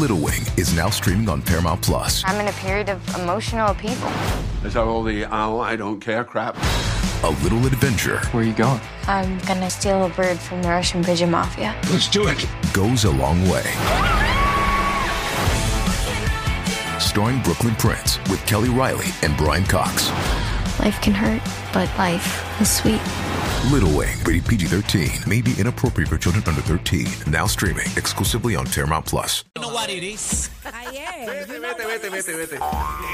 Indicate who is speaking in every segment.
Speaker 1: Little Wing is now streaming on Paramount Plus.
Speaker 2: I'm in a period of emotional upheaval.
Speaker 3: Is that all the oh, I don't care crap?
Speaker 1: A little adventure
Speaker 4: Where are you going?
Speaker 2: I'm gonna steal a bird from the Russian pigeon mafia.
Speaker 3: Let's do it.
Speaker 1: goes a long way. Starring Brooklyn Prince with Kelly Riley and Brian Cox.
Speaker 2: Life can hurt, but life is sweet.
Speaker 1: Little Wing, rated PG 13, may be inappropriate for children under 13. Now streaming exclusively on Paramount Plus.
Speaker 5: know what it is.
Speaker 6: Vete, vete, vete, vete, vete.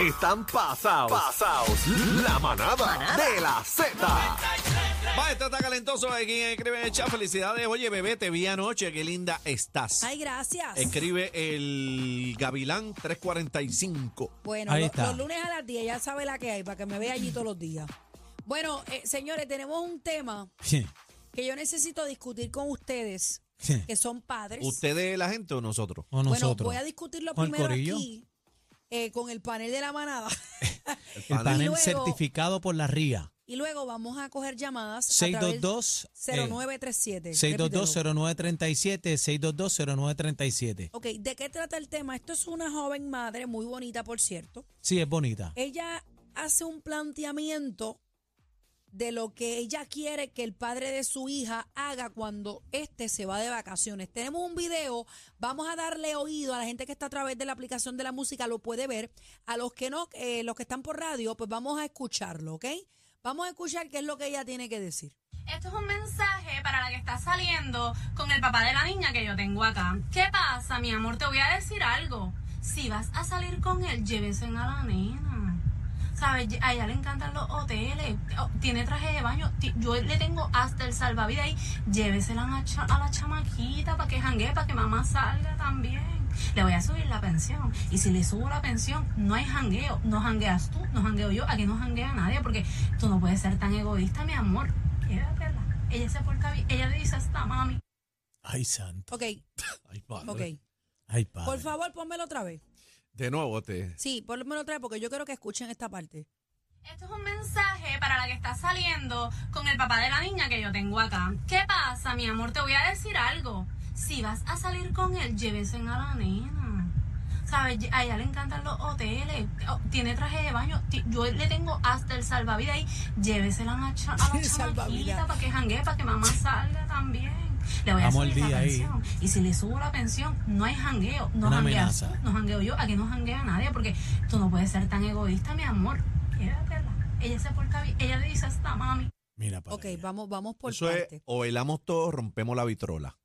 Speaker 6: Están pasados. Pasados. La manada de la Z.
Speaker 5: Va, esto está calentoso. Aquí escribe en el chat. Felicidades. Oye, bebé, te vi anoche. Qué linda estás.
Speaker 7: Ay, gracias.
Speaker 5: Escribe el Gavilán 345.
Speaker 7: Bueno, lo- los lunes a las 10 ya sabe la que hay para que me vea allí todos los días. Bueno, eh, señores, tenemos un tema que yo necesito discutir con ustedes, que son padres.
Speaker 5: ¿Ustedes la gente o nosotros?
Speaker 8: O
Speaker 7: bueno,
Speaker 8: nosotros.
Speaker 7: voy a discutirlo
Speaker 8: Con el
Speaker 7: primero
Speaker 8: corillo.
Speaker 7: aquí eh, con el panel de la manada
Speaker 8: el panel
Speaker 7: luego-
Speaker 8: certificado por la RIA.
Speaker 7: y luego vamos a coger llamadas. a través
Speaker 8: 622
Speaker 7: 0937.
Speaker 8: 622-0937, 622-0937.
Speaker 7: Ok, ¿de qué trata el tema? Esto es una joven madre, muy bonita, por cierto.
Speaker 8: Sí, es bonita.
Speaker 7: ella hace un planteamiento de lo que ella quiere que el padre de su hija haga cuando éste se va de vacaciones. Tenemos un video, vamos a darle oído a la gente que está a través de la aplicación de la música, lo puede ver. A los que no, eh, los que están por radio, pues vamos a escucharlo, ¿ok? Vamos a escuchar qué es lo que ella tiene que decir.
Speaker 9: Esto es un mensaje para la que está saliendo con el papá de la niña que yo tengo acá. ¿Qué pasa, mi amor? Te voy a decir algo. Si vas a salir con él, llévese a la nena. ¿Sabes? Ye- A ella le encantan los hoteles. Oh, Tiene traje de baño. Ti- Yo le tengo hasta el salvavidas ahí. Llévesela a la, cha- a la chamaquita para que jangue, para que mamá salga también. Le voy a subir la pensión. Y si le subo la pensión, no hay jangueo. No jangueas tú, no jangueo yo. Aquí no janguea nadie porque tú no puedes ser tan egoísta, mi amor. Quédatela. Ella se porta bien. Ella le dice hasta mami.
Speaker 8: Ay, santo.
Speaker 7: Ok,
Speaker 8: Ay, padre.
Speaker 7: ok.
Speaker 8: Ay, padre.
Speaker 7: Por favor, pónmelo otra vez.
Speaker 5: De nuevo, te.
Speaker 7: Sí, pónmelo otra vez porque yo quiero que escuchen esta parte.
Speaker 9: Esto es un mensaje para la que está saliendo con el papá de la niña que yo tengo acá. ¿Qué pasa, mi amor? Te voy a decir algo. Si vas a salir con él, llévese a la nena. ¿Sabes? Ye- A ella le encantan los hoteles. Oh, Tiene traje de baño. Ti- Yo le tengo hasta el salvavidas ahí. Llévesela a la, cha- a la
Speaker 7: El salvavidas.
Speaker 9: chamaquita para que jangue, para que mamá salga también. Le voy a
Speaker 8: Vamos al
Speaker 9: subir la
Speaker 8: día ahí.
Speaker 9: pensión. Y si le subo la pensión, no hay jangueo. No
Speaker 8: Una
Speaker 9: jangueas
Speaker 8: amenaza.
Speaker 9: tú, no jangueo yo. Aquí no janguea nadie porque tú no puedes ser tan egoísta, mi amor. Quédatela. Ella se porta bien. Ella le dice hasta mami.
Speaker 8: Mira, para
Speaker 7: Ok,
Speaker 8: allá.
Speaker 7: vamos, vamos por
Speaker 5: Eso
Speaker 7: parte.
Speaker 5: es, o bailamos todos, rompemos la vitrola.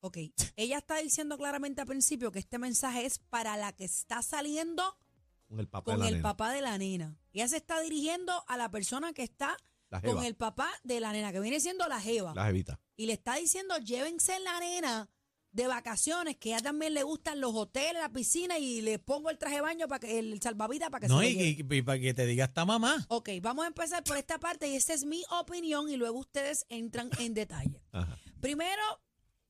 Speaker 7: Ok, ella está diciendo claramente al principio que este mensaje es para la que está saliendo
Speaker 5: Con el papá de
Speaker 7: con
Speaker 5: la
Speaker 7: el
Speaker 5: nena.
Speaker 7: papá de la nena. Ella se está dirigiendo a la persona que está
Speaker 5: La jeva.
Speaker 7: con el papá de la nena, que viene siendo la jeva.
Speaker 5: La jevita.
Speaker 7: Y le está diciendo, llévense la nena de vacaciones, que a ella también le gustan los hoteles, la piscina, y le pongo el traje de baño, para que, el salvavidas para que
Speaker 8: No,
Speaker 7: se
Speaker 8: y,
Speaker 7: lo lleve".
Speaker 8: y- y para que te diga esta mamá.
Speaker 7: Ok, vamos a empezar por esta parte y esta es mi opinión y luego ustedes entran en detalle.
Speaker 5: Ajá.
Speaker 7: Primero,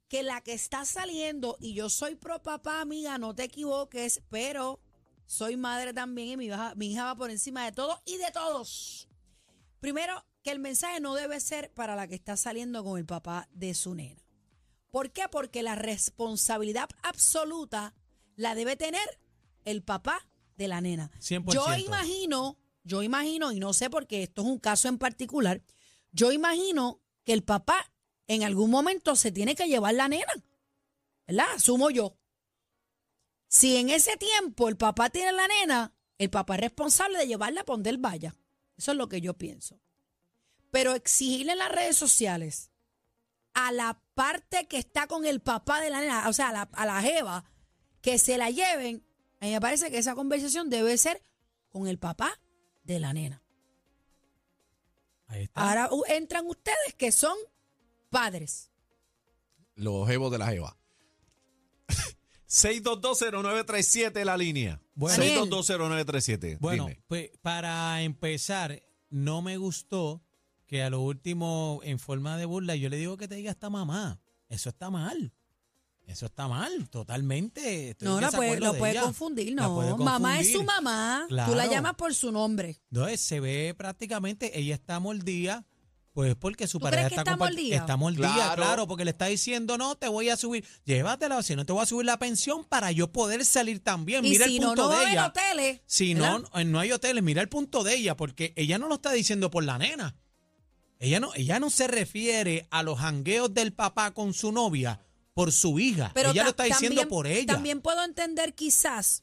Speaker 7: que la que está saliendo, y yo soy pro papá, amiga, no te equivoques, pero soy madre también y mi hija, mi hija va por encima de todo y de todos. Primero, que el mensaje no debe ser para la que está saliendo con el papá de su nena. ¿Por qué? Porque la responsabilidad absoluta la debe tener el papá de la nena.
Speaker 8: 100%.
Speaker 7: Yo imagino, yo imagino, y no sé porque esto es un caso en particular, yo imagino que el papá en algún momento se tiene que llevar la nena, ¿verdad? Asumo yo. Si en ese tiempo el papá tiene la nena, el papá es responsable de llevarla a donde él vaya. Eso es lo que yo pienso. Pero exigirle en las redes sociales a la parte que está con el papá de la nena, o sea, a la, a la jeva, que se la lleven, a mí me parece que esa conversación debe ser con el papá de la nena.
Speaker 8: Ahí está.
Speaker 7: Ahora u- entran ustedes que son padres.
Speaker 5: Los jevos de la jeva. 6220937 la línea.
Speaker 8: Bueno.
Speaker 7: Daniel.
Speaker 5: 6220937.
Speaker 8: Bueno,
Speaker 5: dime.
Speaker 8: pues para empezar, no me gustó que a lo último, en forma de burla, yo le digo que te diga esta mamá. Eso está mal. Eso está mal, totalmente. Estoy
Speaker 7: No,
Speaker 8: en
Speaker 7: la puede,
Speaker 8: desacuerdo
Speaker 7: lo
Speaker 8: de
Speaker 7: puede
Speaker 8: ella.
Speaker 7: confundir,
Speaker 8: La
Speaker 7: no.
Speaker 8: puede
Speaker 7: Mamá es
Speaker 8: confundir.
Speaker 7: su mamá. Tú la
Speaker 8: Claro.
Speaker 7: llamas por su nombre.
Speaker 8: No, eh, se ve prácticamente, ella está mordida, pues porque su
Speaker 7: ¿Tú
Speaker 8: pareja
Speaker 7: crees que está
Speaker 8: compart-
Speaker 7: mordida?
Speaker 8: Está mordida, claro.
Speaker 5: Claro.
Speaker 8: porque le está diciendo, no, te voy a subir, llévatela, si no te voy a subir la pensión para yo poder salir también.
Speaker 7: Y
Speaker 8: Mira
Speaker 7: si
Speaker 8: el
Speaker 7: no,
Speaker 8: punto
Speaker 7: no va a
Speaker 8: de
Speaker 7: haber
Speaker 8: ella.
Speaker 7: hoteles.
Speaker 8: Si
Speaker 7: ¿verdad?
Speaker 8: no, no, no hay hoteles, mira el punto de ella, porque ella no lo está diciendo por la nena. Ella no, ella no se refiere a los jangueos del papá con su novia por su hija. ella
Speaker 7: ta-
Speaker 8: lo está diciendo
Speaker 7: también-
Speaker 8: por ella.
Speaker 7: También puedo entender quizás,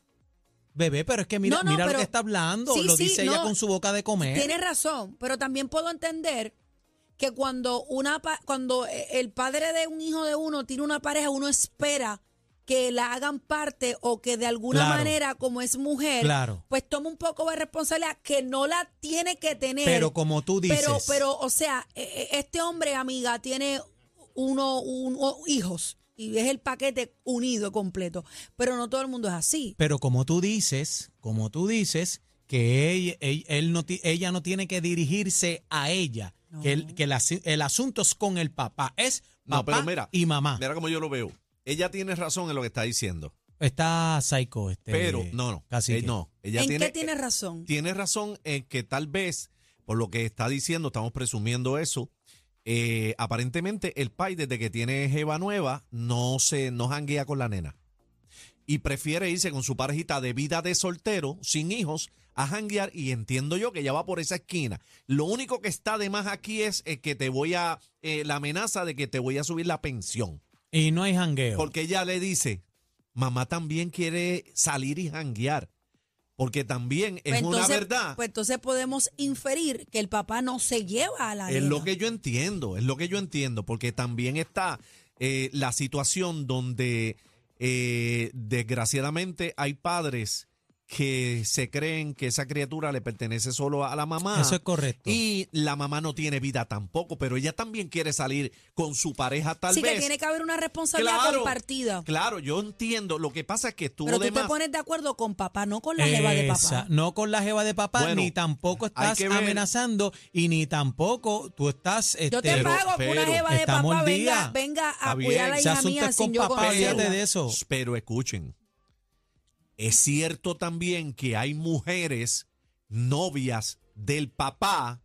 Speaker 8: Bebé, pero es que mira,
Speaker 7: No, no,
Speaker 8: mira lo
Speaker 7: pero-
Speaker 8: que está hablando.
Speaker 7: Sí,
Speaker 8: lo
Speaker 7: sí,
Speaker 8: dice ella
Speaker 7: no.
Speaker 8: con su boca de comer.
Speaker 7: tienes razón, pero también puedo entender que cuando una pa- cuando eh, el padre de un hijo de uno tiene una pareja, uno espera que la hagan parte o que de alguna
Speaker 8: Claro.
Speaker 7: manera, como es mujer,
Speaker 8: Claro.
Speaker 7: pues toma un poco de responsabilidad que no la tiene que tener.
Speaker 8: Pero como tú dices.
Speaker 7: Pero, pero, o sea, e- e- este hombre, amiga, tiene uno, uno- hijos y es el paquete unido completo. Pero no todo el mundo es así.
Speaker 8: Pero como tú dices, como tú dices, que ella, él- él no, ti- ella no tiene que dirigirse a ella, que, el, que el asi- el asunto es con el papá, es
Speaker 5: No,
Speaker 8: papá
Speaker 5: pero mira,
Speaker 8: y mamá.
Speaker 5: Mira como yo lo veo. Ella tiene razón en lo que está diciendo.
Speaker 8: Está psycho este.
Speaker 5: pero, no, no.
Speaker 8: Casi
Speaker 5: eh, no. Ella
Speaker 7: ¿En
Speaker 5: tiene,
Speaker 7: qué tiene razón?
Speaker 5: tiene razón en que tal vez, por lo que está diciendo, estamos presumiendo eso. eh, aparentemente, el pai, desde que tiene Jeva Nueva, no se no janguea con la nena. Y prefiere irse con su parejita de vida de soltero, sin hijos, a janguear. Y entiendo yo que ya va por esa esquina. Lo único que está de más aquí es eh, que te voy a. eh, la amenaza de que te voy a subir la pensión.
Speaker 8: Y no hay jangueo.
Speaker 5: Porque ella le dice, mamá también quiere salir y janguear. Porque también es
Speaker 7: Pues
Speaker 5: una
Speaker 7: entonces-
Speaker 5: verdad.
Speaker 7: Pues entonces podemos inferir que el papá no se lleva a la
Speaker 5: es
Speaker 7: nena.
Speaker 5: lo que yo entiendo, es lo que yo entiendo. Porque también está eh, la situación donde eh, desgraciadamente hay padres que se creen que esa criatura le pertenece solo a la
Speaker 7: Ah.
Speaker 5: mamá.
Speaker 8: Eso es correcto.
Speaker 5: Y la mamá no tiene vida tampoco, pero ella también quiere salir con su pareja tal
Speaker 7: Así
Speaker 5: vez.
Speaker 7: que tiene que haber una responsabilidad compartida.
Speaker 5: Claro, yo entiendo. Lo que pasa es que estuvo
Speaker 7: Pero
Speaker 5: de
Speaker 7: tú te
Speaker 5: más.
Speaker 7: pones de acuerdo con papá, no con la jeva de
Speaker 8: Esa,
Speaker 7: papá.
Speaker 8: No con la jeva de papá,
Speaker 5: Bueno,
Speaker 8: ni tampoco
Speaker 5: hay
Speaker 8: estás
Speaker 5: que ver.
Speaker 8: amenazando y ni tampoco tú estás...
Speaker 7: Yo
Speaker 8: este,
Speaker 7: te pago que una
Speaker 5: pero
Speaker 7: jeva de
Speaker 8: está
Speaker 7: papá
Speaker 8: mordida.
Speaker 7: venga, venga a
Speaker 5: Está bien,
Speaker 7: cuidar a la
Speaker 8: ese
Speaker 7: hija
Speaker 8: asunto
Speaker 7: mía
Speaker 8: es con
Speaker 7: sin yo
Speaker 8: papá,
Speaker 7: conocerla.
Speaker 8: olvídate de eso.
Speaker 5: Pero escuchen, es cierto también que hay mujeres novias del papá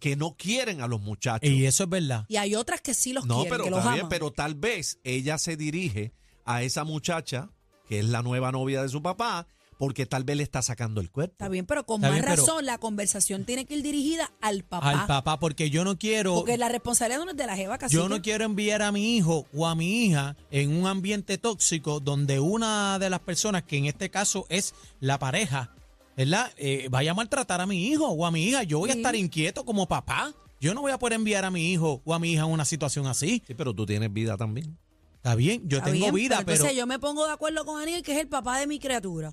Speaker 5: que no quieren a los muchachos.
Speaker 8: Y eso es verdad.
Speaker 7: Y hay otras que sí los
Speaker 5: no,
Speaker 7: quieren,
Speaker 5: pero,
Speaker 7: que los
Speaker 5: está bien,
Speaker 7: aman.
Speaker 5: pero tal vez ella se dirige a esa muchacha que es la nueva novia de su papá porque tal vez le está sacando el cuerpo.
Speaker 7: Está bien, pero con
Speaker 8: Está
Speaker 7: más
Speaker 8: bien, pero-
Speaker 7: razón la conversación tiene que ir dirigida al papá.
Speaker 8: Al papá, porque yo no quiero...
Speaker 7: Porque la responsabilidad no es de la jeva, casi.
Speaker 8: Yo no quiero enviar a mi hijo o a mi hija en un ambiente tóxico donde una de las personas, que en este caso es la pareja, ¿verdad? Eh, vaya a maltratar a mi hijo o a mi hija. Yo voy a estar inquieto como papá. Yo no voy a poder enviar a mi hijo o a mi hija a una situación así.
Speaker 5: Sí, pero tú tienes vida también.
Speaker 8: Está bien, yo
Speaker 7: Está
Speaker 8: tengo
Speaker 7: bien,
Speaker 8: vida, pero,
Speaker 7: Entonces yo me pongo de acuerdo con Aniel, que es el papá de mi criatura.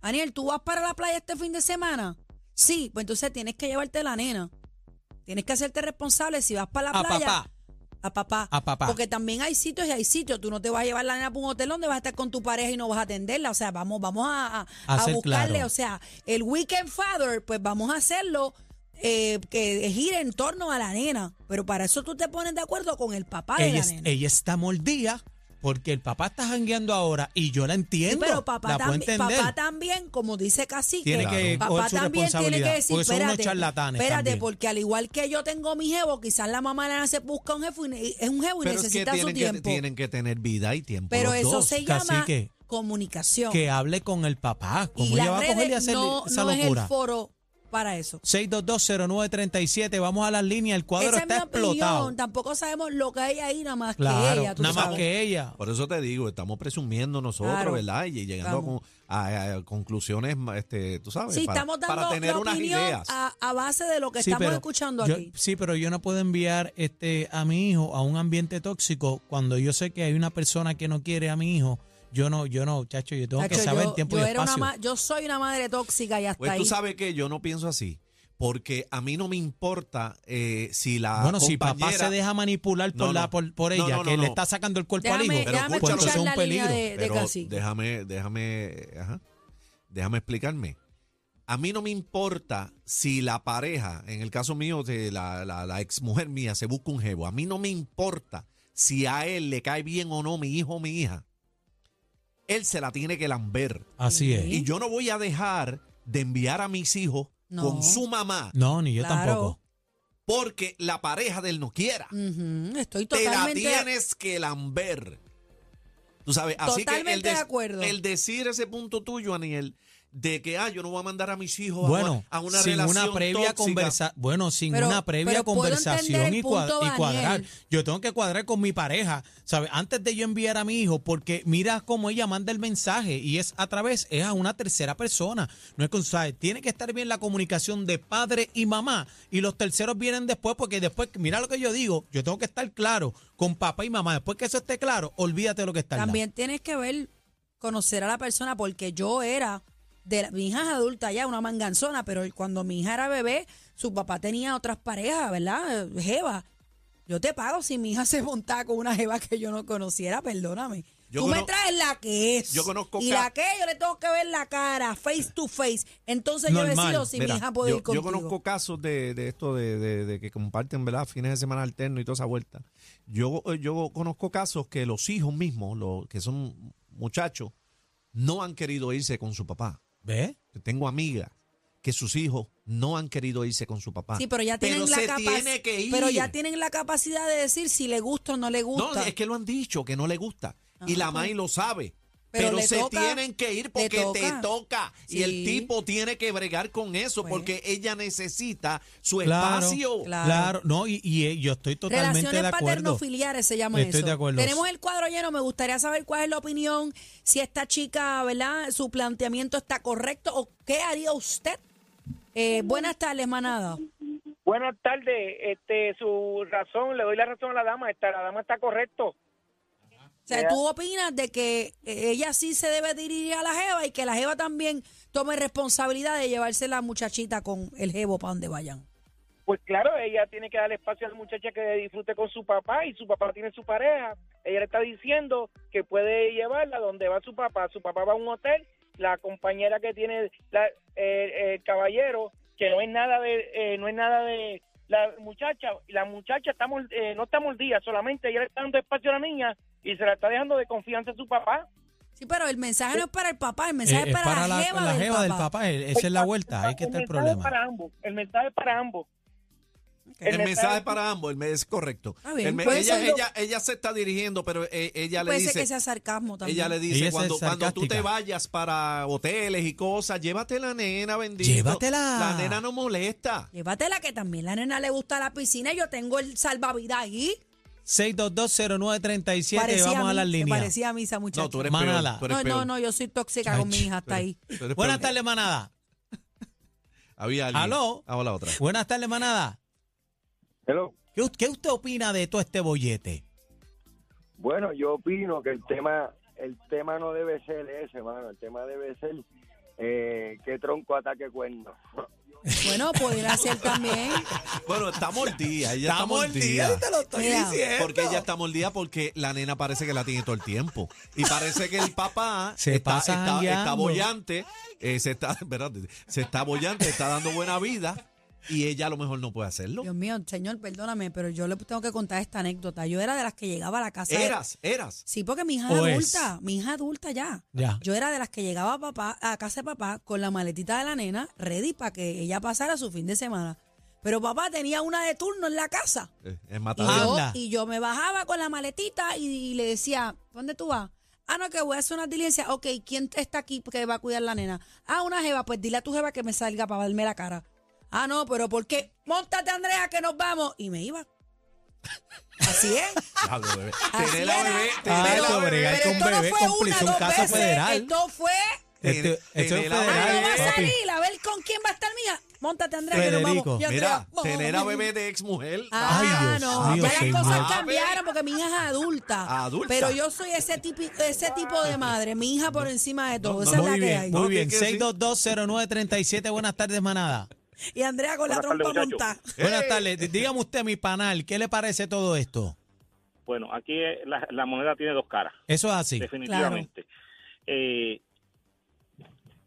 Speaker 7: Aniel, ¿tú vas para la playa este fin de semana? Sí, pues entonces tienes que llevarte la nena. Tienes que hacerte responsable si vas para la
Speaker 8: a
Speaker 7: playa.
Speaker 8: papá.
Speaker 7: A papá.
Speaker 8: A papá.
Speaker 7: Porque también hay sitios y hay sitios. Tú no te vas a llevar la nena para un hotel donde vas a estar con tu pareja y no vas a atenderla. O sea, vamos, vamos a, a-
Speaker 8: A
Speaker 7: a
Speaker 8: ser
Speaker 7: buscarle.
Speaker 8: claro.
Speaker 7: O sea, el Weekend Father, pues vamos a hacerlo eh, que gire en torno a la nena. Pero para eso tú te pones de acuerdo con el papá de
Speaker 8: Ella,
Speaker 7: la
Speaker 8: es-
Speaker 7: nena.
Speaker 8: ella está mordida porque el papá está jangueando ahora y yo la
Speaker 7: Sí,
Speaker 8: entiendo.
Speaker 7: pero papá,
Speaker 8: la puedo
Speaker 7: tambi-
Speaker 8: entender.
Speaker 7: papá también, como dice Cacique,
Speaker 8: Tiene que
Speaker 7: papá
Speaker 8: coger su
Speaker 7: también tiene que
Speaker 8: responsabilidad,
Speaker 7: decir,
Speaker 8: porque son unos
Speaker 7: espérate,
Speaker 8: charlatanes
Speaker 7: espérate,
Speaker 8: también".
Speaker 7: porque al igual que yo tengo mi jevo, quizás la mamá de la nena se busca un jevo y ne- es un jevo y
Speaker 5: Pero es que
Speaker 7: necesita su
Speaker 5: tienen, que
Speaker 7: tiempo.
Speaker 5: tienen que tener vida y tiempo.
Speaker 7: pero
Speaker 5: los
Speaker 7: eso
Speaker 5: dos.
Speaker 7: se llama
Speaker 8: Cacique.
Speaker 7: comunicación.
Speaker 8: que hable con el papá.
Speaker 7: y
Speaker 8: ¿Cómo ella va
Speaker 7: las
Speaker 8: a coger y
Speaker 7: redes
Speaker 8: hacer
Speaker 7: no,
Speaker 8: esa
Speaker 7: no es el
Speaker 8: locura?
Speaker 7: foro para eso.
Speaker 8: 6220937, vamos a las líneas, el cuadro
Speaker 7: Esa es mi
Speaker 8: está explotado.
Speaker 7: opinión, tampoco sabemos lo que hay ahí nada más
Speaker 8: Claro,
Speaker 7: que ella. tú
Speaker 8: nada más
Speaker 7: sabes.
Speaker 8: que ella.
Speaker 5: Por eso te digo, estamos presumiendo nosotros,
Speaker 7: Claro.
Speaker 5: ¿verdad? Y llegando
Speaker 7: Vamos.
Speaker 5: a, a- a conclusiones, ma- este, tú sabes,
Speaker 7: Sí,
Speaker 5: para,
Speaker 7: estamos
Speaker 5: para
Speaker 7: dando
Speaker 5: tener
Speaker 7: la
Speaker 5: unas
Speaker 7: opinión
Speaker 5: ideas.
Speaker 7: a, a base de lo que
Speaker 8: Sí,
Speaker 7: estamos
Speaker 8: pero
Speaker 7: escuchando
Speaker 8: yo-
Speaker 7: aquí.
Speaker 8: Sí, pero yo no puedo enviar este a mi hijo a un ambiente tóxico cuando yo sé que hay una persona que no quiere a mi hijo. Yo no, yo no, chacho, yo tengo que
Speaker 7: Nacho,
Speaker 8: saber
Speaker 7: yo,
Speaker 8: tiempo
Speaker 7: yo
Speaker 8: y
Speaker 7: era una
Speaker 8: espacio.
Speaker 7: ma- yo soy una madre tóxica y hasta
Speaker 5: Pues
Speaker 7: ahí.
Speaker 5: tú sabes que yo no pienso así. Porque a mí no me importa eh, si la
Speaker 8: bueno, si
Speaker 5: compañera...
Speaker 8: papá se deja manipular por,
Speaker 5: No,
Speaker 8: la,
Speaker 5: no.
Speaker 8: por, por
Speaker 5: No,
Speaker 8: ella,
Speaker 5: no, no,
Speaker 8: que le
Speaker 5: no.
Speaker 8: está sacando el cuerpo
Speaker 7: Déjame-
Speaker 8: al hijo,
Speaker 5: Pero
Speaker 7: déjame
Speaker 5: escúchalo,
Speaker 7: escuchar
Speaker 8: eso es
Speaker 7: la
Speaker 8: un peligro.
Speaker 7: línea de, de
Speaker 5: Pero
Speaker 7: Casi.
Speaker 5: déjame, déjame, ajá, déjame explicarme. A mí no me importa si la pareja, en el caso mío, de la, la, ex mujer mía, se busca un jevo. A mí no me importa si a él le cae bien o no mi hijo o mi hija. Él se la tiene que lamber.
Speaker 8: Así es.
Speaker 7: Sí.
Speaker 5: Y yo no voy a dejar de enviar a mis hijos
Speaker 7: No.
Speaker 5: con su mamá
Speaker 8: No, ni yo
Speaker 7: Claro.
Speaker 8: tampoco.
Speaker 5: porque la pareja de él no quiera.
Speaker 7: Ujú, Estoy
Speaker 5: Te la
Speaker 7: totalmente.
Speaker 5: tienes que lamber. Tú sabes, así que el,
Speaker 7: Totalmente de acuerdo.
Speaker 5: el decir ese punto tuyo, Aniel, de que ah, yo no voy a mandar a mis hijos a
Speaker 8: Bueno,
Speaker 5: una- a una
Speaker 8: sin
Speaker 5: relación
Speaker 8: una previa
Speaker 5: tóxica.
Speaker 8: conversación. Bueno, sin
Speaker 7: Pero-
Speaker 8: una previa
Speaker 7: pero puedo entender
Speaker 8: conversación
Speaker 7: el
Speaker 8: y, cua-
Speaker 7: punto,
Speaker 8: y cuadrar.
Speaker 7: Daniel.
Speaker 8: Yo tengo que cuadrar con mi pareja, ¿sabes? Antes de yo enviar a mi hijo, porque mira cómo ella manda el mensaje y es a través, es a una tercera persona. No es con, ¿sabes? Tiene que estar bien la comunicación de padre y mamá y los terceros vienen después porque después, mira lo que yo digo, yo tengo que estar claro con papá y mamá. Después que eso esté claro, olvídate de lo que está al lado.
Speaker 7: También tienes que ver, conocer a la persona, porque yo era, de la- mi hija es adulta ya, una manganzona, pero cuando mi hija era bebé, su papá tenía otras parejas, ¿verdad? Eh, Jeva. Yo te pago si mi hija se montaba con una jeva que yo no conociera, perdóname.
Speaker 5: Yo
Speaker 7: Tú me
Speaker 5: cono-
Speaker 7: traes la que es.
Speaker 5: Yo conozco
Speaker 7: Y
Speaker 5: ca-
Speaker 7: la que es, yo le tengo que ver la cara, face to face. Entonces yo
Speaker 8: Normal.
Speaker 7: decido si
Speaker 5: Mira,
Speaker 7: mi hija puede
Speaker 5: yo,
Speaker 7: Ah, ir
Speaker 5: yo
Speaker 7: contigo.
Speaker 5: conozco casos de, de esto de, de- de que comparten ¿verdad? fines de semana alternos y toda esa vuelta. Yo, eh, yo conozco casos que los hijos mismos, los que son muchachos, no han querido irse con su papá.
Speaker 8: ¿Ves?
Speaker 5: Yo tengo amigas que sus hijos no han querido irse con su papá.
Speaker 7: Sí, pero ya tienen la
Speaker 5: se
Speaker 7: capaci-
Speaker 5: tiene que ir.
Speaker 7: Pero ya tienen la capacidad de decir si le gusta o no le gusta. Ah,
Speaker 5: No, es que lo han dicho, que no le gusta. y la May lo sabe.
Speaker 7: Pero
Speaker 5: Pero,
Speaker 7: le
Speaker 5: se
Speaker 7: toca,
Speaker 5: tienen que
Speaker 7: le
Speaker 5: ir porque
Speaker 7: toca.
Speaker 5: te toca. Y
Speaker 7: Sí.
Speaker 5: el tipo tiene que bregar con eso
Speaker 7: Pues.
Speaker 5: porque ella necesita su
Speaker 8: Claro,
Speaker 5: espacio.
Speaker 7: Claro.
Speaker 8: Claro. no, y, y, eh, yo estoy totalmente
Speaker 7: Relaciones
Speaker 8: de acuerdo.
Speaker 7: paternofiliares se llama eso.
Speaker 8: Estoy de acuerdo.
Speaker 7: Tenemos el cuadro lleno, me gustaría saber cuál es la opinión, si esta chica, ¿verdad? Su planteamiento está correcto o qué haría usted. Eh, buenas tardes, manada.
Speaker 4: Buenas tardes. Este, su razón, le doy la razón a la dama. Está, la dama está correcto.
Speaker 7: O sea, ¿tú opinas de que eh, ella sí se debe dirigir a la jeva y que la jeva también tome responsabilidad de llevarse la muchachita con el jevo para donde vayan?
Speaker 4: Pues claro, ella tiene que darle espacio a la muchacha que disfrute con su papá y su papá tiene su pareja. Ella le está diciendo que puede llevarla donde va su papá. Su papá va a un hotel, la compañera que tiene la- eh, el caballero, que no es nada de, eh, no es nada de la muchacha, la muchacha está mol- eh, no está mordida, solamente ella le está dando espacio a la niña y se la está dejando de confianza a su papá.
Speaker 7: Sí, pero el mensaje no es para el papá, el
Speaker 8: Eh,
Speaker 7: mensaje
Speaker 8: es
Speaker 7: es para, la, jeva, del, papá.
Speaker 8: eh, Esa es la vuelta, ahí que está el
Speaker 4: mensaje
Speaker 8: problema.
Speaker 4: Para ambos, el mensaje es para ambos.
Speaker 5: El,
Speaker 4: mensaje-
Speaker 5: mensaje para ambos, el me- es correcto.
Speaker 7: Ah, bien,
Speaker 5: El me-
Speaker 7: puede
Speaker 5: ella,
Speaker 7: ser lo-
Speaker 5: ella- ella se está dirigiendo, pero eh, ella le
Speaker 7: Puede ser
Speaker 5: dice,
Speaker 7: que sea sarcasmo también.
Speaker 5: ella le
Speaker 8: Ella
Speaker 5: dice
Speaker 8: es
Speaker 5: cuando, cuando tú
Speaker 8: sarcástica.
Speaker 5: te vayas para hoteles y cosas, llévate la nena, bendito.
Speaker 8: Llévatela.
Speaker 5: La nena no molesta.
Speaker 7: Llévatela que también la nena le gusta la piscina y yo tengo el salvavidas ahí.
Speaker 8: 6220937,
Speaker 7: Parecía
Speaker 8: vamos a
Speaker 7: mí,
Speaker 8: las
Speaker 7: me
Speaker 8: líneas.
Speaker 7: Parecía a mí esa muchacha.
Speaker 5: No, tú eres
Speaker 8: Manala.
Speaker 5: peor. Tú eres
Speaker 7: no,
Speaker 5: peor.
Speaker 7: no, no, yo soy tóxica con mi hija hasta ahí.
Speaker 5: Tú eres
Speaker 8: Buenas
Speaker 5: peor.
Speaker 8: tardes, manada.
Speaker 5: Había alguien.
Speaker 8: Aló.
Speaker 5: Ah, hola, otra.
Speaker 8: Buenas tardes, manada.
Speaker 10: Hello.
Speaker 8: ¿Qué, us- qué usted opina de todo este bollete?
Speaker 10: Bueno, yo opino que el tema, el tema no debe ser ese, mano. El tema debe ser eh, que tronco ataque cuerno.
Speaker 7: Bueno, podría ser también.
Speaker 5: Bueno, está mordida. Ella está
Speaker 8: Estamos el
Speaker 5: mordida.
Speaker 8: día, te lo estoy
Speaker 7: Mira.
Speaker 8: diciendo.
Speaker 5: Porque ella está mordida porque la nena parece que la tiene todo el tiempo. Y parece que el papá
Speaker 8: Se
Speaker 5: está,
Speaker 8: pasa
Speaker 5: está,
Speaker 8: jangueando.
Speaker 5: está bollante, eh, se está, espérate, se está bollante, está dando buena vida y ella a lo mejor no puede hacerlo.
Speaker 7: Dios mío, señor, perdóname, pero yo le tengo que contar esta anécdota. Yo era de las que llegaba a la casa. de-
Speaker 5: Eras, eras.
Speaker 7: Sí, porque mi hija
Speaker 8: ¿O es?
Speaker 7: adulta, mi hija adulta ya.
Speaker 8: Ya.
Speaker 7: Yo era de las que llegaba a, papá, a casa de papá con la maletita de la nena ready para que ella pasara su fin de semana. Pero papá tenía una de turno en la casa.
Speaker 5: Eh, Es
Speaker 7: Y
Speaker 5: matadero.
Speaker 7: yo,
Speaker 8: Anda.
Speaker 7: y yo me bajaba con la maletita y, y le decía, ¿dónde tú vas? Ah, no, que voy a hacer una diligencia. Ok, ¿quién está aquí que va a cuidar la nena? Ah, una jeva, pues dile a tu jeva que me salga para verme la cara. Ah, no, pero ¿por qué? Móntate, Andrea, que nos vamos. Y me iba. Así es.
Speaker 5: Diablo, bebé.
Speaker 7: así
Speaker 5: Tener la
Speaker 7: era.
Speaker 5: bebé,
Speaker 8: Ah,
Speaker 5: tener la
Speaker 8: esto,
Speaker 5: bebé.
Speaker 8: bregar
Speaker 7: pero
Speaker 8: con
Speaker 7: esto
Speaker 8: bebé
Speaker 7: no fue
Speaker 8: cómplice,
Speaker 7: una,
Speaker 8: un
Speaker 7: dos
Speaker 8: caso
Speaker 7: veces.
Speaker 8: federal.
Speaker 7: Esto fue...
Speaker 8: Esto-
Speaker 5: Tener-
Speaker 8: esto es
Speaker 5: tener la
Speaker 7: Ah,
Speaker 8: federal,
Speaker 7: no va a
Speaker 8: papi.
Speaker 7: salir a ver con quién va a estar mía. Móntate, Andrea, que nos vamos.
Speaker 8: Federico,
Speaker 7: Y Andrea,
Speaker 5: Mira, tener a
Speaker 7: vamos.
Speaker 5: bebé de ex mujer.
Speaker 7: Ah,
Speaker 8: Ay, Dios
Speaker 7: no,
Speaker 8: mío,
Speaker 7: ya las
Speaker 8: señor.
Speaker 7: cosas cambiaron porque mi hija es adulta.
Speaker 5: Adulta.
Speaker 7: Pero yo soy ese, tipi- ese tipo de madre, mi hija por encima de todo.
Speaker 5: no,
Speaker 7: Esa es
Speaker 8: Muy
Speaker 7: la que
Speaker 8: bien,
Speaker 7: hay.
Speaker 8: muy
Speaker 5: No,
Speaker 8: bien.
Speaker 5: tiene que decir.
Speaker 8: 6220937, buenas tardes, manada.
Speaker 4: Y Andrea con la
Speaker 8: Buenas
Speaker 4: trompa
Speaker 8: tardes,
Speaker 4: montada.
Speaker 11: Buenas tardes. D- Dígame usted, mi panal, ¿qué le parece todo esto?
Speaker 8: Bueno, aquí eh, la, la moneda tiene dos caras.
Speaker 11: Eso es así.
Speaker 8: Definitivamente. Eh,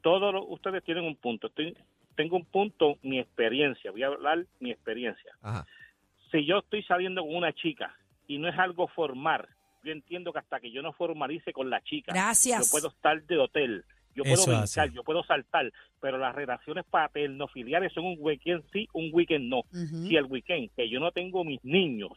Speaker 8: todos los- ustedes tienen un punto. Estoy- tengo un punto, mi experiencia. Voy a hablar mi experiencia.
Speaker 5: Ajá.
Speaker 8: Si yo estoy saliendo con una chica y no es algo formal, yo entiendo que hasta que yo no formalice con la chica,
Speaker 4: Gracias.
Speaker 8: yo puedo estar de hotel, yo puedo
Speaker 11: Eso
Speaker 8: brincar,
Speaker 11: hace.
Speaker 8: yo puedo saltar, pero las relaciones paterno-filiares son un weekend sí, un weekend no.
Speaker 4: Ujú.
Speaker 8: Si el weekend que yo no tengo mis niños,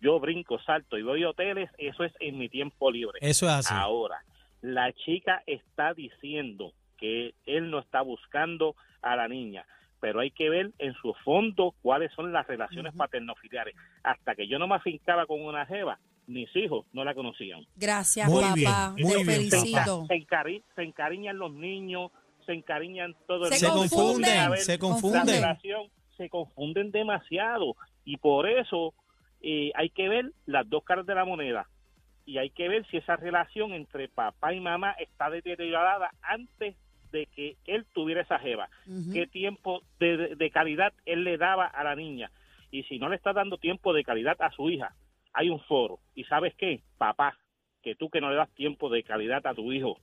Speaker 8: yo brinco, salto y voy a hoteles, eso es en mi tiempo libre.
Speaker 11: Eso es
Speaker 5: Ah,
Speaker 11: así.
Speaker 8: Ahora, la chica está diciendo que él no está buscando a la niña, pero hay que ver en su fondo cuáles son las relaciones paternofiliares. Hasta que yo no me afincaba con una jeva, mis hijos no la conocían.
Speaker 4: Gracias,
Speaker 11: Muy
Speaker 4: papá.
Speaker 11: bien, muy
Speaker 4: Te
Speaker 11: bien,
Speaker 4: felicito.
Speaker 8: Se, encari- se encariñan los niños, se encariñan todo el
Speaker 4: Se
Speaker 11: Se
Speaker 8: mundo.
Speaker 4: confunden,
Speaker 8: A
Speaker 11: confunden,
Speaker 8: ver,
Speaker 11: se
Speaker 8: la
Speaker 4: confunden.
Speaker 11: confunden.
Speaker 8: relación se confunden demasiado y por eso eh, hay que ver las dos caras de la moneda y hay que ver si esa relación entre papá y mamá está deteriorada antes de que él tuviera esa jeva,
Speaker 4: Ujú.
Speaker 8: qué tiempo de, de calidad él le daba a la niña y si no le está dando tiempo de calidad a su hija, hay un foro y sabes qué, papá, que tú que no le das tiempo de calidad a tu hijo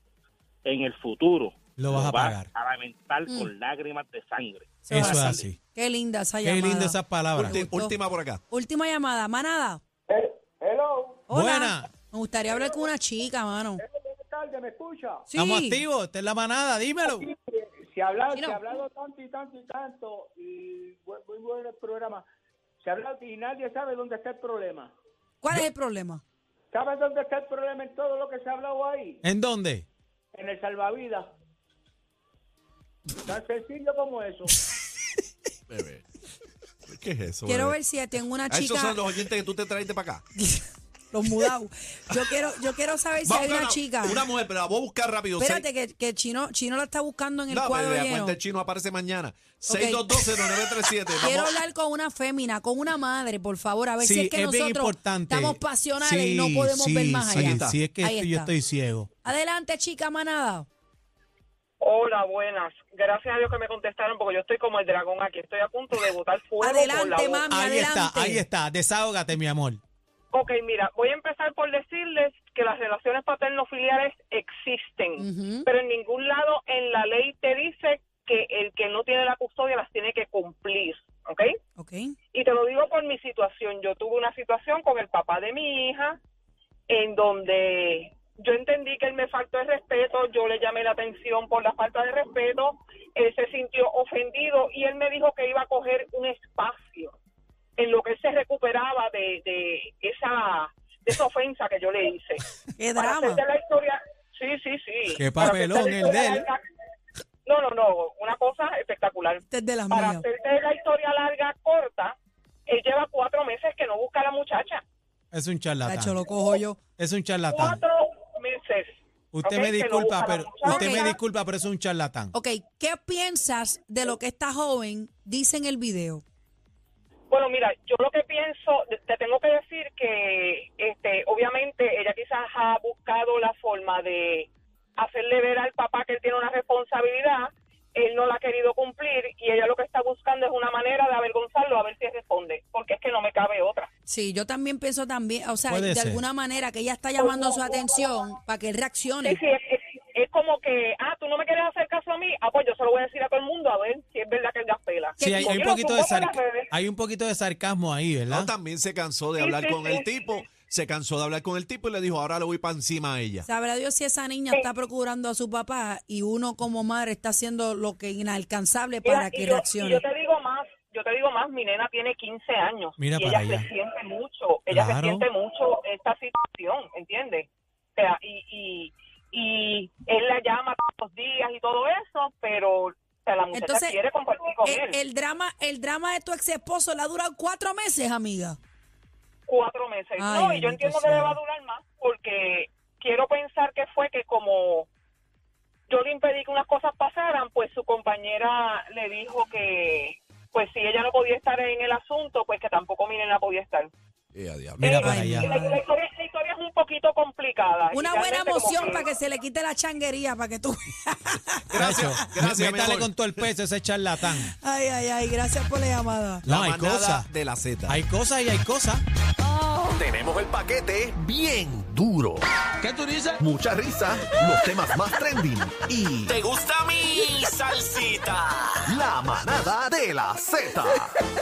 Speaker 8: en el futuro
Speaker 11: Lo vas a pagar.
Speaker 8: a lamentar
Speaker 4: Mm.
Speaker 8: con lágrimas de sangre.
Speaker 4: Se va
Speaker 11: Eso es
Speaker 4: a
Speaker 11: así.
Speaker 4: salir. Qué linda esa
Speaker 11: Qué
Speaker 4: llamada.
Speaker 11: linda esas palabras.
Speaker 5: Ulti-
Speaker 4: gustó.
Speaker 5: última por acá.
Speaker 4: Última llamada, manada.
Speaker 12: Eh, Hello, Eh,
Speaker 4: Hola.
Speaker 11: Buena.
Speaker 4: Me gustaría hablar con una chica, mano.
Speaker 12: buenas tardes, ¿me escucha?
Speaker 4: Sí.
Speaker 11: Estamos activos, esta es la manada, dímelo.
Speaker 12: Se ha hablado,
Speaker 4: Chino.
Speaker 12: se ha hablado tanto y tanto y tanto, y bu- muy bueno el programa. Se ha hablado y nadie sabe dónde está el problema.
Speaker 4: ¿Cuál es el problema?
Speaker 12: ¿Sabes dónde está el problema en todo lo que se ha hablado ahí?
Speaker 11: ¿En dónde?
Speaker 12: En el salvavidas. Tan sencillo como eso.
Speaker 5: Bebé. ¿Qué es eso?
Speaker 4: Quiero
Speaker 5: bebé?
Speaker 4: ver si tengo una
Speaker 5: Ah, Esos
Speaker 4: chica.
Speaker 5: son los oyentes que tú te trajiste para acá.
Speaker 4: Los mudados. Yo quiero, yo quiero saber si
Speaker 5: Vamos
Speaker 4: hay
Speaker 5: a
Speaker 4: una
Speaker 5: buscar
Speaker 4: chica.
Speaker 5: Una mujer, pero la voy a buscar rápido.
Speaker 4: Espérate, que, que Chino, Chino la está buscando en el
Speaker 5: no,
Speaker 4: cuadro
Speaker 5: bebé, la
Speaker 4: lleno.
Speaker 5: cuenta el chino aparece mañana. 6220937. Vamos.
Speaker 4: Quiero hablar con una fémina, con una madre, por favor, a ver si es que
Speaker 11: bien
Speaker 4: nosotros
Speaker 11: importante.
Speaker 4: estamos pasionales y
Speaker 11: Sí,
Speaker 4: no podemos
Speaker 11: sí,
Speaker 4: ver más
Speaker 11: sí,
Speaker 4: allá.
Speaker 11: Sí, es que
Speaker 4: Ahí
Speaker 11: estoy- yo
Speaker 4: está.
Speaker 11: estoy ciego.
Speaker 4: Adelante, chica manada.
Speaker 7: Hola, buenas. Gracias a Dios que me contestaron porque yo estoy como el dragón aquí. Estoy a punto de botar fuego por la
Speaker 4: Adelante,
Speaker 7: boca.
Speaker 4: mami,
Speaker 11: Ahí
Speaker 4: adelante.
Speaker 11: está, ahí está. Desahógate, mi amor.
Speaker 7: Ok, pues mira, voy a empezar por decirles que las relaciones paterno-filiares existen,
Speaker 4: Ujú.
Speaker 7: pero en ningún lado en la ley te dice que el que no tiene la custodia las tiene que cumplir, ¿ok?
Speaker 4: Ok.
Speaker 7: Y te lo digo por mi situación. Yo tuve una situación con el papá de mi hija en donde yo entendí que él me faltó el respeto, yo le llamé la atención por la falta de respeto, él se sintió ofendido y él me dijo que iba a coger un espacio en lo que él se recuperaba de, de esa de esa ofensa que yo le hice.
Speaker 4: Qué
Speaker 7: Para
Speaker 4: drama.
Speaker 7: hacerte la historia, sí, sí, sí.
Speaker 11: Qué
Speaker 7: Para hacerte la
Speaker 11: papelón el
Speaker 7: historia
Speaker 11: de él.
Speaker 7: larga- No, no, no, una cosa espectacular.
Speaker 4: Este es de las
Speaker 7: Para
Speaker 4: mías.
Speaker 7: hacerte la historia larga, corta, él lleva cuatro meses que no busca a la muchacha.
Speaker 11: Es un
Speaker 4: Tacho,
Speaker 11: charlatán.
Speaker 4: lo cojo yo.
Speaker 11: Es un charlatán.
Speaker 7: Cuatro meses.
Speaker 11: Usted
Speaker 7: ¿ok?
Speaker 11: me
Speaker 7: Que no
Speaker 11: disculpa,
Speaker 7: busca a la
Speaker 11: pero
Speaker 7: muchacha.
Speaker 11: usted me
Speaker 4: Ok.
Speaker 11: disculpa, pero es un charlatán.
Speaker 4: Ok, ¿qué piensas de lo que esta joven dice en el video?
Speaker 7: Bueno, mira, yo lo que pienso, te tengo que decir que, este, obviamente, ella quizás ha buscado la forma de hacerle ver al papá que él tiene una responsabilidad, él no la ha querido cumplir y ella lo que está buscando es una manera de avergonzarlo a ver si responde, porque es que no me cabe otra.
Speaker 4: Sí, yo también pienso también, o sea,
Speaker 11: Puede
Speaker 4: de
Speaker 11: ser.
Speaker 4: alguna manera que ella está llamando su atención para que él
Speaker 7: Sí,
Speaker 4: reaccione.
Speaker 7: sí, es, es- es como que, ah, tú no me quieres hacer caso a mí, ah, pues yo se lo voy a decir a todo el mundo a ver si es verdad que él gaspela.
Speaker 11: Sí, hay,
Speaker 7: Y
Speaker 11: hay un
Speaker 7: lo
Speaker 11: poquito de
Speaker 7: tumbó por las
Speaker 11: sarca-
Speaker 7: redes.
Speaker 11: hay un poquito de sarcasmo ahí,
Speaker 5: No,
Speaker 11: ¿verdad?
Speaker 5: también se cansó de
Speaker 7: Sí,
Speaker 5: hablar
Speaker 7: sí,
Speaker 5: con el
Speaker 7: sí.
Speaker 5: tipo. Se cansó de hablar con el tipo y le dijo, ahora le voy para encima a ella.
Speaker 4: Sabrá Dios si esa
Speaker 7: eh,
Speaker 4: niña está procurando a su papá y uno como madre está haciendo lo que inalcanzable
Speaker 7: Mira,
Speaker 4: para
Speaker 7: y
Speaker 4: que
Speaker 7: yo, y
Speaker 4: reaccione.
Speaker 7: yo te digo más, yo te digo más, mi nena tiene 15 años
Speaker 11: Mira
Speaker 7: y
Speaker 11: para
Speaker 7: ella
Speaker 11: allá.
Speaker 7: se siente mucho, ella
Speaker 11: Claro.
Speaker 7: se siente mucho esta situación, ¿entiendes? O sea, y, y, y él la llama todos los días y todo eso, pero o sea, la muchacha
Speaker 4: Entonces, eh,
Speaker 7: quiere compartir con él
Speaker 4: El, el drama, el drama de tu ex esposo le ha durado cuatro meses, amiga.
Speaker 7: cuatro meses.
Speaker 4: Ay,
Speaker 7: no, y
Speaker 4: bendito
Speaker 7: yo entiendo que le
Speaker 4: sea.
Speaker 7: va a durar más porque quiero pensar que fue que como yo le impedí que unas cosas pasaran, pues su compañera le dijo que pues si ella no podía estar en el asunto, pues que tampoco mi nena podía estar.
Speaker 5: Eh, a diablo.
Speaker 8: Mira
Speaker 5: Eh,
Speaker 8: para
Speaker 5: ay,
Speaker 8: allá.
Speaker 5: mira.
Speaker 7: La historia, la historia es un poquito complicada.
Speaker 4: Una buena
Speaker 7: Realmente como
Speaker 4: moción para que se le quite la changuería, para que tú...
Speaker 8: Gracias,
Speaker 5: gracias, mi
Speaker 8: Métale
Speaker 5: amor.
Speaker 8: con todo el peso ese charlatán.
Speaker 4: Ay, ay, ay, gracias por la llamada.
Speaker 8: No,
Speaker 5: La
Speaker 8: hay
Speaker 5: manada
Speaker 8: cosas.
Speaker 5: de la Z.
Speaker 8: Hay cosas y hay cosas.
Speaker 1: Tenemos el paquete bien duro.
Speaker 8: ¿Qué tú dices?
Speaker 1: Mucha risa, los temas más trending y
Speaker 13: ¿Te gusta mi salsita?
Speaker 1: la manada de la Z.